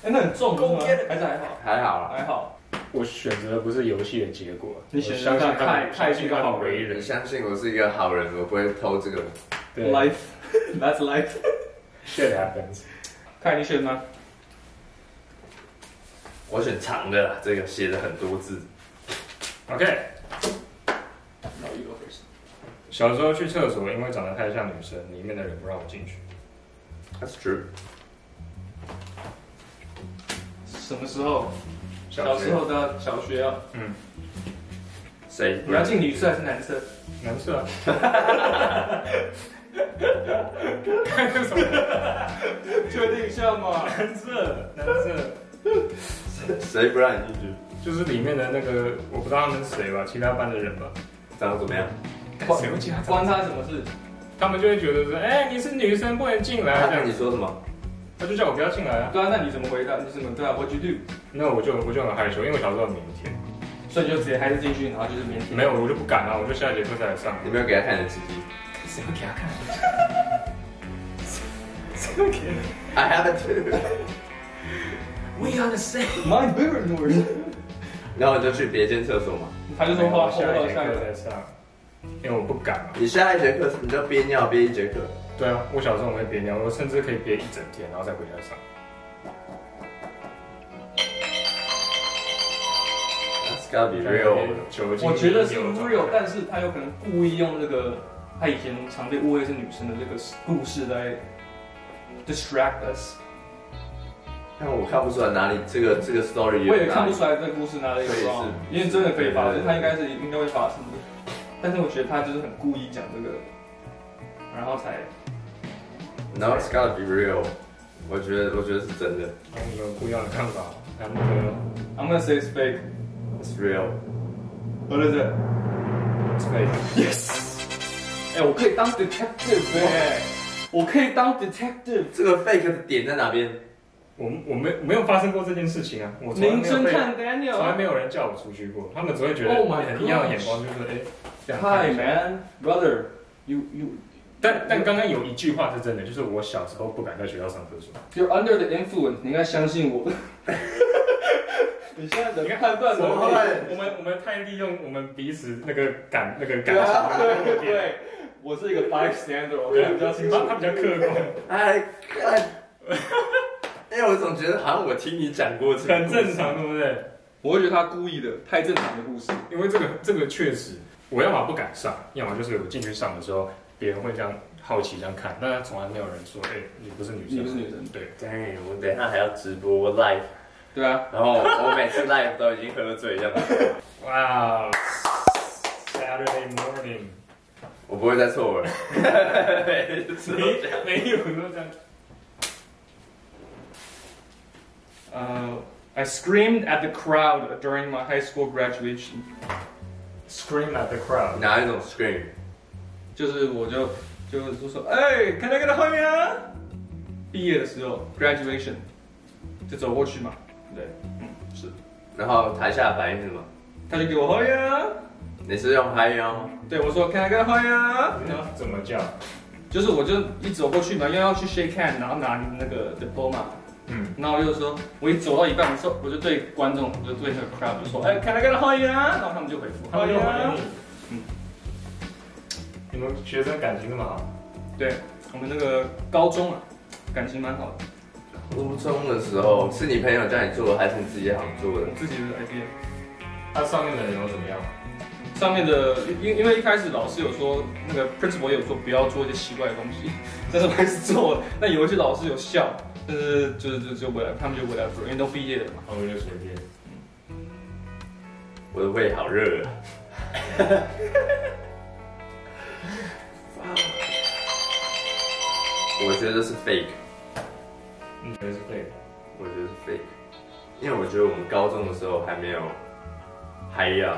A: 哎，那很重，是吗还是还好，
B: 还好啦。
A: 还好。
C: 我选择的不是游戏的结果，
A: 你
C: 我
A: 选择
C: 相信
A: 看
C: 他的
A: 看
C: 相信他的为
B: 你
C: 人，
B: 相信我是一个好人，我不会偷这个。
A: [LAUGHS]
C: 对
A: Life，that's life。
C: ，shit happens。
A: 看你选吗？
B: 我选长的啦，这个写了很多字。
C: OK，
A: No, you go first.
C: 小时候去厕所，因为长得太像女生，里面的人不让我进去。
B: That's true。
A: 什么时候？小时候的小学啊，
B: 谁？
A: 你要进女厕还是男厕？
C: 男厕 [LAUGHS] 啊，
A: [LAUGHS] 确定一下嘛。 [LAUGHS]
C: 男厕，男厕，
B: 谁不让你进去？
C: 就是里面的那个，我不知道他们是谁吧，其他班的人吧，
B: 长得怎么样？
A: 关
C: 谁会记他
A: 关他什么事？
C: 他们就会觉得说，哎、你是女生不能进来
A: 哎
B: 他
C: 这
B: 跟
C: 样，
B: 你说什么？
C: 他就叫我不要进来啊。
A: 对啊，那你怎么回答？你怎么对啊？What you do？
C: 那我就我就很害羞，因为我小时候很腼腆，
A: 所以你就直接还是进去，然后就是腼腆。
C: 没有我就不敢啊，我就下节课再来上。
B: 你没有给他看你的鸡鸡。
D: 谁会给他看？
B: I have it too。
D: We are the same。
A: ，My favorite word。
B: [LAUGHS] 然后你就去别间厕所嘛。
A: 他就说
C: 没有
A: 话
C: 我
A: 后
C: 下一
A: 到
C: 节
A: 下
C: 课
A: 一个。
C: 再上，因为我不敢啊。
B: 你下一节课你就憋尿憋一节课，
C: 对啊，我小时候我会憋尿，我甚至可以憋一整天，然后再回家上。
B: That's gotta be real。
C: 酒精，
A: 我觉得是 real，但是他有可能故意用这个他以前常被误会是女生的这个故事来 distract us。
B: 但我看不出来哪里这个这个 story
A: 我
B: 有
A: 也
B: 哪
A: 看不
B: 里
A: 出来这个故事哪里有
B: 对是
A: 装，因为真的可以发生，它应该是应该会发生的。但是我觉得他就是很故意讲这个，然后才
B: No, it's gotta be real。我觉得我觉得是真的
C: 他们有不一样的看法，他们的
A: I'm gonna say it's fake。
B: ，It's real。
A: What is it？
C: 对，
A: 哎、我可以当 detective 哎、我可以当 detective。
B: 这个 fake 的点在哪边？
C: 我我没没有发生过这件事情啊，我从来
A: 名
C: 没有
A: 侦
C: 被，
A: 探
C: 从来
A: Daniel。
C: 没有人叫我出去过，他们只会觉得
A: Oh my
C: 很异样的眼光，就是哎，这样看
A: Hi
C: 一下
A: man, brother. You you
C: 但但刚刚有一句话是真的，就是我小时候不敢在学校上厕所。
A: you're under the influence。你应该相信我。你现在的判断怎
B: 我
A: 么
B: 后
A: 可以
B: 来
C: 我们我们太利用我们彼此那个感那个感
A: 对啊，
C: 情，
A: 对对，我是一个 bystander，我看得比较清楚。
C: 啊他他比较客观，
B: 哎，看，
A: [LAUGHS]
B: 因为我总觉得好像我听你讲过这个，
C: 很正。常，对不对？
A: 我会觉得他故意的，太正常的故事。
C: 因为这个这个确实，我要么不敢上，要么就是我进去上的时候，别人会这样好奇这样看，但从来没有人说，哎、你不是女生，
A: 你不是女生
C: 对，
B: 对，我等一下还要直播 live，
A: 对啊，
B: 然后我每次 live 都已经喝醉这样，
C: 哇、s a t u r d a y
A: [LAUGHS]
C: morning，
B: [LAUGHS] 我不会再错 [LAUGHS] 了。
C: 没没有都这样，
A: Uh, I screamed at the crowd during my high school graduation.
C: scream at the crowd，
B: 哪一种 scream？
A: 就是我就就是就说，哎、看 c a n I get a hug 呀？毕业的时候，graduation，就走过去嘛，对，嗯，是，
B: 然后台下的反应是什么？
A: 他就给我 hug 呀，
B: 你是用嗨腰吗？
A: 对我说 Can I get a hug 呀？然后
C: 那怎么叫？
A: 就是我就一走过去嘛，又要去 shake hand，然后拿那个 diploma，
C: 嗯，
A: 然后我就说，我一走到一半，我说我就对观众，我就对那个 crowd 就说，哎、c a n I get a hug 呀？然后他们就回复
C: 他们
A: hug
C: 就回
A: 呀
C: 你，，嗯，你们学生感情那么好，
A: 对我们那个高中啊，感情蛮好的。
B: 初中的时候是你朋友叫你做的，还是你自己想做的？
A: 自己的 idea。
C: 那上面的人又怎么样？
A: 上面的，因因为一开始老师有说，那个 principal 也有说不要做一些奇怪的东西， [LAUGHS] 但是我还是做了。那有一些老师有笑，但是就是就就 whatever，他们就 whatever，因为都毕业了嘛。
C: 他们就随便。
B: [LAUGHS] 我的胃好热啊。我觉得是 fake，
C: 你觉得是对的？
B: 我觉得是 fake，因为我觉得我们高中的时候还没有嗨呀，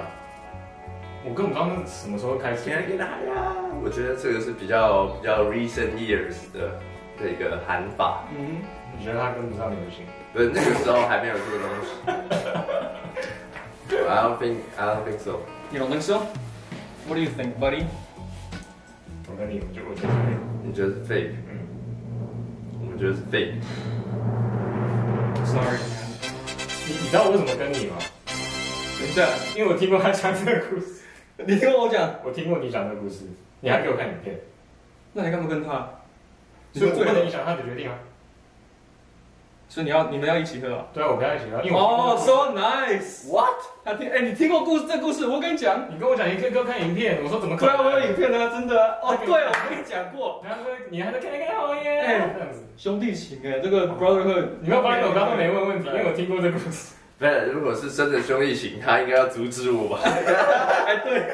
C: 我跟我们刚刚什么时候开始？
B: 天天给他嗨呀，我觉得这个是比较比较 recent years 的这个喊法，
A: 嗯，
C: 你觉得他跟不上流行？
B: 不是那个时候还没有这个东西。I don't think I don't think so。
A: You don't think so? What do you think, buddy?
C: 我跟你，我就我觉得是对
B: 你觉得是 fake？
C: 的嗯
B: 我们觉得是 fake。
A: Sorry.
C: 你你知道为什么跟你吗？
A: 等一下，
C: 因为我听过他讲这个故事，
A: [LAUGHS] 你跟我讲，
C: 我听过你讲这个故事，你还给我看影片，
A: 那你干嘛跟他？你
C: 所以
A: 说
C: 我
A: 对
C: 不能
A: 了，
C: 影响他的决定啊。
A: 所以你要你们要一起喝啊？
C: 对啊，我跟他一起聊，因为
A: 哦、
C: 我
A: s o nice。
B: What？
A: 他听，哎、你听过故事这故事？我跟你讲，
C: 你跟我讲，你可以给我看影片，我说怎么可
A: 对
C: 能？
A: 啊，我有影片啊，真的啊、哦，
C: 对
A: 对啊，我跟你讲过，
C: 然后他说你还能看看好耶，
A: 哎
C: 这样子。
A: 兄弟情哎、这个 brotherhood，
C: 啊你没有发现我刚刚没问问题，因为我听过这个故事。
B: 不是，如果是真的兄弟情，他应该要阻止我吧？
A: 哎，对，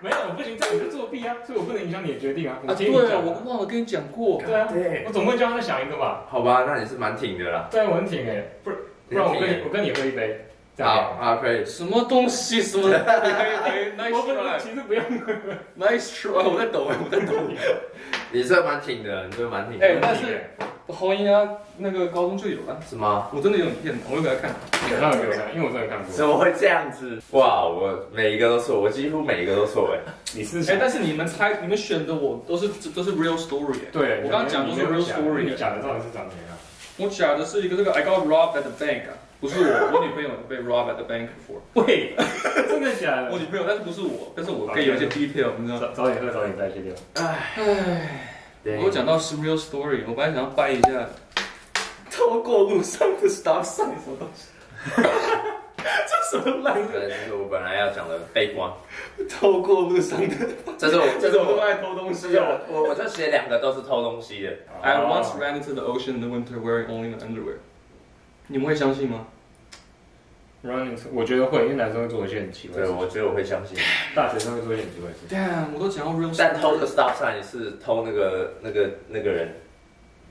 C: 没有，我不行，这你就作弊啊，所以我不能影响你的决定啊。我
A: 啊，
C: 听你
A: 对啊，
C: 讲
A: 我
C: 啊，
A: 忘了跟你讲过，
C: 对啊，
B: 对，
C: 我总不会叫他想一个吧？
B: 好吧，那你是蛮挺的啦。
C: 对啊，我很挺哎，不然不然我跟
A: 哎
C: 你我跟你喝一杯，这
B: 好
C: 样。
B: 啊，可以。
C: [LAUGHS]
A: 什么东西，什么哎，nice
C: 我不能，
A: try，nice
C: 其实不用。
A: try，我在抖哎，我在抖。
B: [LAUGHS] 你这蛮挺的，你这蛮挺的。
A: 哎但是红英啊，那个高中就有了，
B: 是吗？
A: 我真的有影片的，我有给他看。
C: 有让我给我看，因为我真的看过。
B: 怎么会这样子？哇，我每一个都错，我几乎每一个都错哎。
C: 你是
A: 哎、但是你们猜，你们选的我都是都是 real story 哎、
C: 对，
A: 我刚刚讲的
C: 你
A: 是 real
C: 你
A: story，、哎
C: 讲的到底是长怎样？啊
A: 我讲的是一个这个 I got robbed at the bank，、啊、不是 [LAUGHS] 我，我女朋友被 robbed at the bank before。
C: 喂， [LAUGHS] 真的假的？
A: 我女朋友，但是不是我，但是我可以有一些 detail，你知道吗？
C: 早早点再早点再去聊。
A: 我讲到是 real story，我本来想要掰一下，
B: 透过路上的 stop sign 什么东
A: [LAUGHS]
B: 西？这什么烂？这是我本来要讲的 fake one。
A: 透过路上的，
B: 这是我，
A: 这是我都爱偷东
B: 这
A: 西
B: 是
A: 啊。
B: 我，我我这写两个都是偷东西的。
A: I once ran into the ocean in the winter wearing only my underwear。你们会相信吗？
C: run into，我觉得会，因为男生会做一些很奇怪的
B: 对，
C: 事情，
B: 我觉得我会相信。
C: 大学生会做一些很奇怪的事情。
A: Damn，我都讲到 real story。
B: 但偷的 stop sign 是偷那个那个那个人，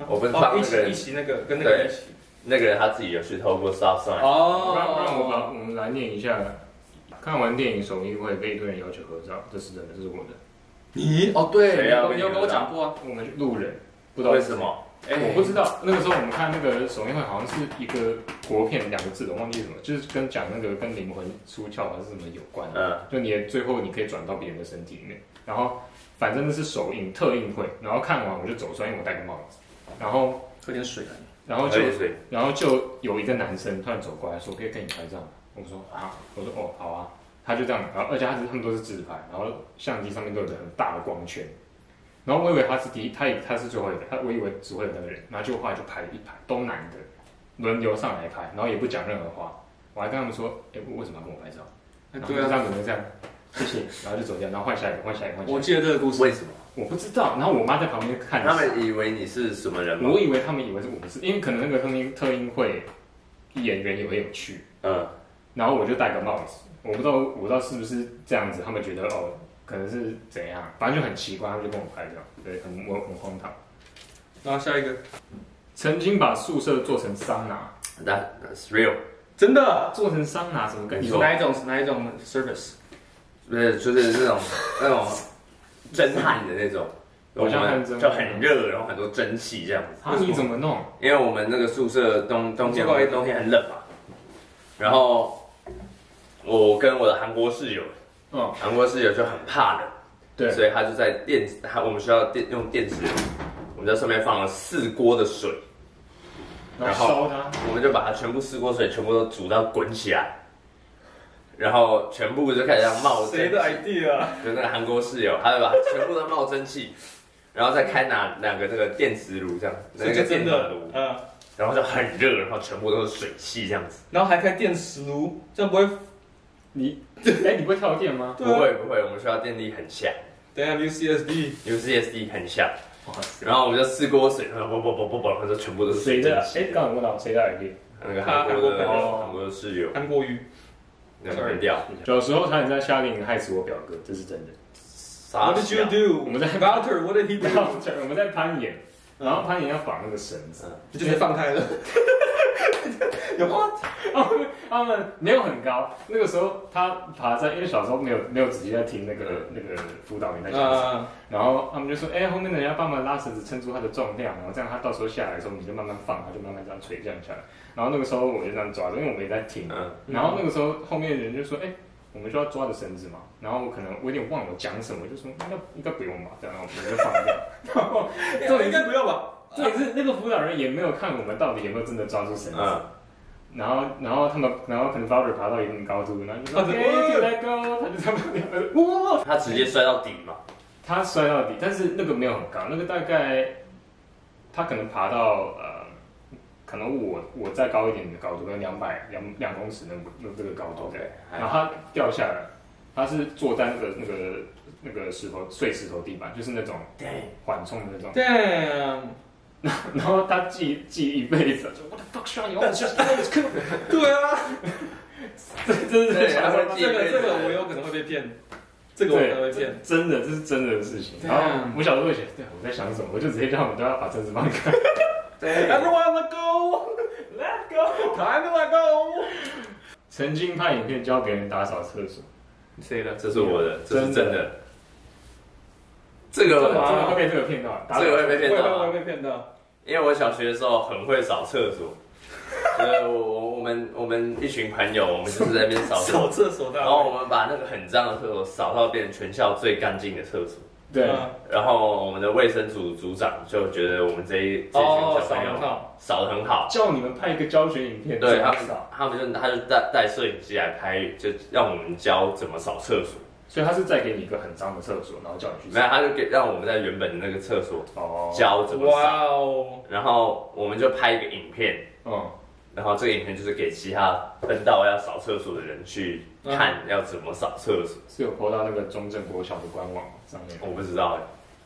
B: 我们
A: 哦
B: 帮
A: 一
B: 那个
A: 起
B: 人
A: 一起那个跟那个人一起。
B: 那个人他自己有去偷过 stop sign。
A: 哦
C: 让让我把我们来念一下，看完电影首映会被一堆人要求合照，这是真的，这是我的。
A: 你哦对，
B: 谁
A: 你
B: 要
A: 有
B: 跟
A: 你
B: 你
A: 有跟我
B: 合照
A: 讲过啊？
C: 我们路人不知道
B: 为什，么？
A: 哎
C: 我不知道。那个时候我们看那个首映会，好像是一个国片，两个字我忘记什么，就是跟讲那个跟灵魂出窍还是什么有关。
B: 嗯，
C: 就你的最后你可以转到别人的身体里面，然后反正那是首映特映会，然后看完我就走出来，因为我戴个帽子，然后
A: 喝点水啊。
C: 然后就
B: 喝点水。
C: 然后就有一个男生突然走过来说：“可以跟你拍照吗？”我说：“啊。”我说：“哦，好啊。”他就这样，然后而且他是他们都是自拍，然后相机上面都有个很大的光圈。然后我以为他是第一，他以他是最后一个，他我以为只会有那个人，然后就后来就排了一排，都男的，轮流上来拍，然后也不讲任何话。我还跟他们说：“哎，为什么要跟我拍照？”
A: 哎
C: 然后
A: 对
C: 就这
A: 啊，
C: 样子这样，谢谢，然后就走掉，然后换下一个，换下一个，换下一
A: 我
C: 个。
A: 记得这个故事。
B: 为什么？
C: 我不知道，然后我妈在旁边看，
B: 他们以为你是什么人吗？
C: 我以为他们以为是我们是，因为可能那个特映特映会演员也会有趣，
B: 嗯，
C: 然后我就戴个帽子，我不知道我不知道是不是这样子，他们觉得哦，可能是怎样，反正就很奇怪，他们就跟我拍照，对，很我很荒唐。
A: 然后下一个，
C: 曾经把宿舍做成桑拿，
B: 那 that's real，
A: 真的？
C: 做成桑拿什么感
B: 没
C: 觉？
B: 错
A: 哪一种哪一种 service？
B: 不是就是那种那
C: [LAUGHS]
B: 种蒸汗的那种，
C: 好像汗蒸
B: 就很热，然后很多蒸汽这样子。
C: 啊，你怎么弄？
B: 因为我们那个宿舍冬冬天
A: 不好意思
B: 冬天很冷嘛，然后我跟我的韩国室友，
C: 嗯，
B: 韩国室友就很怕冷。
C: 对，
B: 所以他就在电，他我们学校电用电磁炉，我们在上面放了四锅的水，
C: 然后烧它，
B: 我们就把它全部四锅水全部都煮到滚起来，然后全部就开始让冒蒸
A: 谁的 idea 啊？
B: 就那个韩国室友，他就把全部都冒蒸汽，然后再开哪两个这个电磁炉这样，那个
A: 是
B: 电
A: 真
B: 暖
A: 的
B: 炉，，
A: 嗯，
B: 然后就很热，然后全部都是水汽这样子。
A: 然后还开电磁炉，这样不会？
C: 你哎，你不会跳电吗？
B: 不
A: 对啊
B: 会不会，我们学校电力很强
A: 等下 UCSD，
B: ，UCSD 很强，
C: 哇塞，
B: 然后我们就四锅水，然后啵啵啵啵啵，然后就全部都是
C: 谁
B: 水蒸
C: 的？
B: 气
C: 哎，刚才问到谁的 idea？
B: 那个韩国的
A: 他韩国朋
C: 友
B: 韩国的室友，
A: 韩国瑜，
B: 那个很屌。
C: 小时候差点在夏令营害死我表哥，这是真的。 [LAUGHS]
B: 啥啊
A: What did you do?
C: 我们在
A: Walter, what did he
C: 然后
A: do?
C: 我们在攀岩，然后他也要绑那个绳子，
F: 就直接放开了。有吗？
C: 他们没有很高。那个时候他爬山，因为小时候没有没有仔细在听那个那个辅导员在讲什么，
A: 呃，
C: 然后他们就说：“哎、后面的人要帮忙拉绳子，撑住它的重量，哦然后这样它到时候下来的时候，你就慢慢放，它就慢慢这样垂降下来。”然后那个时候我就这样抓着，因为我没在听。
B: 嗯，
C: 然后那个时候后面的人就说：“哎、我们需要抓着绳子嘛。”然后我可能我有点忘了我讲什么，我就说：“应该应该不用吧？”这样然后我们就放掉。 [LAUGHS] 然后重点
F: 应
C: 是
F: 该不要吧？
C: 重点是那个辅导人也没有看我们到底有没有真的抓住绳子。
B: 嗯
C: 然后，然后他们，然后可能 Fowler 爬到一定高度，然后就说
A: 啊对哦
C: OK let go，他就这样，哇，
B: 他直接摔到底嘛，
C: 他摔到底，但是那个没有很高，那个大概他可能爬到呃，可能我我再高一点的高度，跟两百两两公尺那个那这个高度对。
B: 还
C: 然后他掉下来，他是坐在那个那个那个石头碎石头地板，就是那种缓冲的那种，
A: damn，
C: 然后他记记一辈子，就 What the fuck shot you? Oh, it's just [LAUGHS] that was cool.
A: 对啊，
C: 这这
B: 对
C: 是
B: 他会
A: 这个这个我有可能会被骗，这个我可能会被骗。
C: 真的，这是真的事情。
A: 对
C: 然
A: 啊
C: 后我小时候也觉得，对，我在想什么，我就直接叫他们都啊要把绳子放开。
F: 对
A: Everyone let go,
C: Let go。
A: time to let go。
C: 曾经拍影片教别人打扫厕所，
F: 谁的？
B: 这是我的，这是
C: 真的
B: 真的。这
C: 真
B: 个
A: 哇
C: 的会被这个骗到，打扫
B: 这个会被骗到
A: 我
B: 啊
A: 也会被骗到。
B: 因为我小学的时候很会扫厕所，就是我我我们我们一群朋友，我们就是在那边扫厕
A: 扫
B: 所，
A: 厕所的，
B: [LAUGHS] 然后我们把那个很脏的厕所扫到变成全校最干净的厕所。
C: 对，
A: 嗯
B: 然后我们的卫生组组长就觉得我们这一这群
A: 哦
B: 小，
A: 扫
B: 朋
A: 得
B: 友
A: 好，
B: 扫得很好，
C: 叫你们拍一个教学影片，
B: 对
C: 怎
B: 他
C: 么
B: 们
C: 扫，
B: 他们就他就带带摄影机来拍，就让我们教怎么扫厕所。
C: 所以他是再给你一个很脏的厕所，然后叫你去
B: 没
C: 扫。
B: 有，他就给让我们在原本的那个厕所
C: 哦，
B: 教怎么扫，
A: 哇哦，
B: 然后我们就拍一个影片，
C: 嗯，
B: 然后这个影片就是给其他分到要扫厕所的人去看要怎么扫厕所。
C: 是有 po 到那个中正国小的官网上面。
B: 我不知道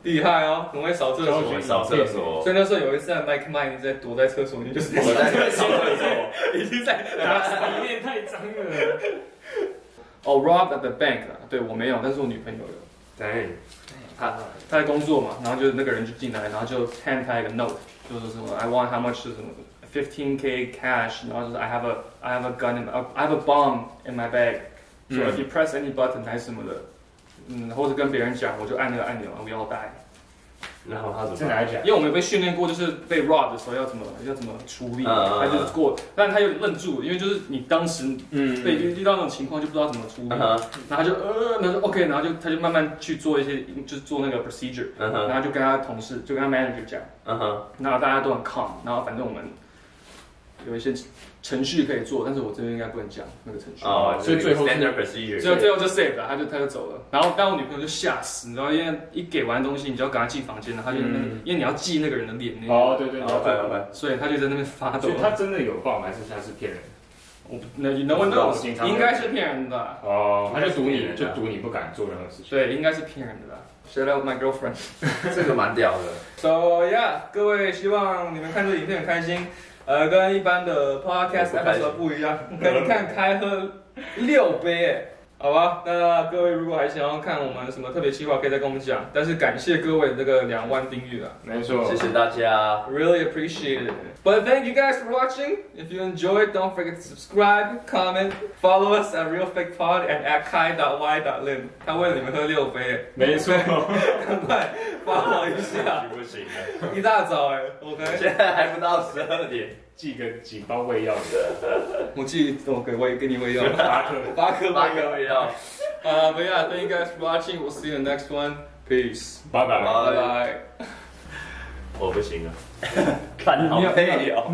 A: 厉害哦，很会扫厕所
B: 哎，。我们扫厕所，
A: 所以那时候有一次啊，Mike Mike 在躲在厕所里，就是
B: 我 [LAUGHS] 们在那边
A: [LAUGHS]
B: 扫厕所，
A: 已经在
C: 里面太脏了。
A: 哦，rob Oh, at the bank 啊，对我没有，但是我女朋友有。
B: 对，
A: 他他在工作嘛，然后就那个人就进来，然后就 hand 他一个 note，就是什么 I want how much 是什么 fifteen k cash，然后就是 I have a I have a gun in my, I have a bomb in my bag，so if you press any button 还是什么的，嗯，或者跟别人讲，我就按那个按钮，我要 die，
B: 然后他怎
C: 这
B: 么？
C: 哪一讲
A: 因？为我们有被训练过，就是被 rob 的时候要怎么要怎么处理，
B: 嗯嗯嗯
A: 他就是过，但他有点愣住，因为就是你当时
C: 嗯
A: 被遇到那种情况就不知道怎么处理，
B: 嗯
A: 然后
B: 哼，
A: 他就呃，然后就 OK，然后就他就慢慢去做一些，就是做那个 procedure。
B: 嗯哼，
A: 然后就跟他同事，就跟他 manager 讲，
B: 嗯哼，
A: 然后大家都很 calm，然后反正我们有一些程序可以做，但是我这边应该不能讲那个程序。
B: 哦，
C: 所以最后是
B: standard
A: 最后
B: procedure，
A: 最后就 save 了，他就他就走了。然后但我女朋友就吓死，你知道，因为一给完东西，你就要赶快进房间了，他就在那边、
C: 嗯
A: 因为你要记那个人的脸那个，
C: 哦，对对
B: 哦拜拜
C: 对，
A: 所以嗯他就在那边发抖
C: 所。以他真的有报吗？还是他是骗人？
A: 我不那 no one
C: 我
A: knows，
C: 是警察
A: 应该是骗人的吧，
C: 哦，他就赌
B: 骗
C: 你，
B: 人
C: 就
B: 的
C: 赌你不敢做任何事情。
A: 对，应该是骗人的吧。Shout out my girlfriend。
B: 这个蛮屌的，
A: So yeah，各位，希望你们看这影片很开心。呃，跟一般的 podcast
B: 我不开心
A: episode 不一样，跟你看开喝六杯，哎，好吧。那各位如果还想要看我们什么特别计划，可以再跟我们讲。但是感谢各位这个两万订阅啊
C: 没错，
B: 谢谢大家，
A: ，really appreciate it。But thank you guys for watching. If you enjoyed, don't forget to subscribe, comment, follow us at Real Fake Pod and at Kai Y Lin。他为了你们喝六杯，
C: 没错。
A: 哎赶 [LAUGHS] 快 follow 一下，
B: 不行，
A: 一大早哎，OK。
B: 现在还不到十二点，
C: 寄个几包胃药给
A: 我记得我给我也给你喂药， [LAUGHS]
C: 巴克。
A: 八颗
B: 八个味道，
A: 呃，不要，Thank you guys for watching. We'll see you in the next one. Peace.
C: 拜拜。
A: Bye
B: 拜拜，
A: bye.
B: [LAUGHS] 我不行了，看好配哦。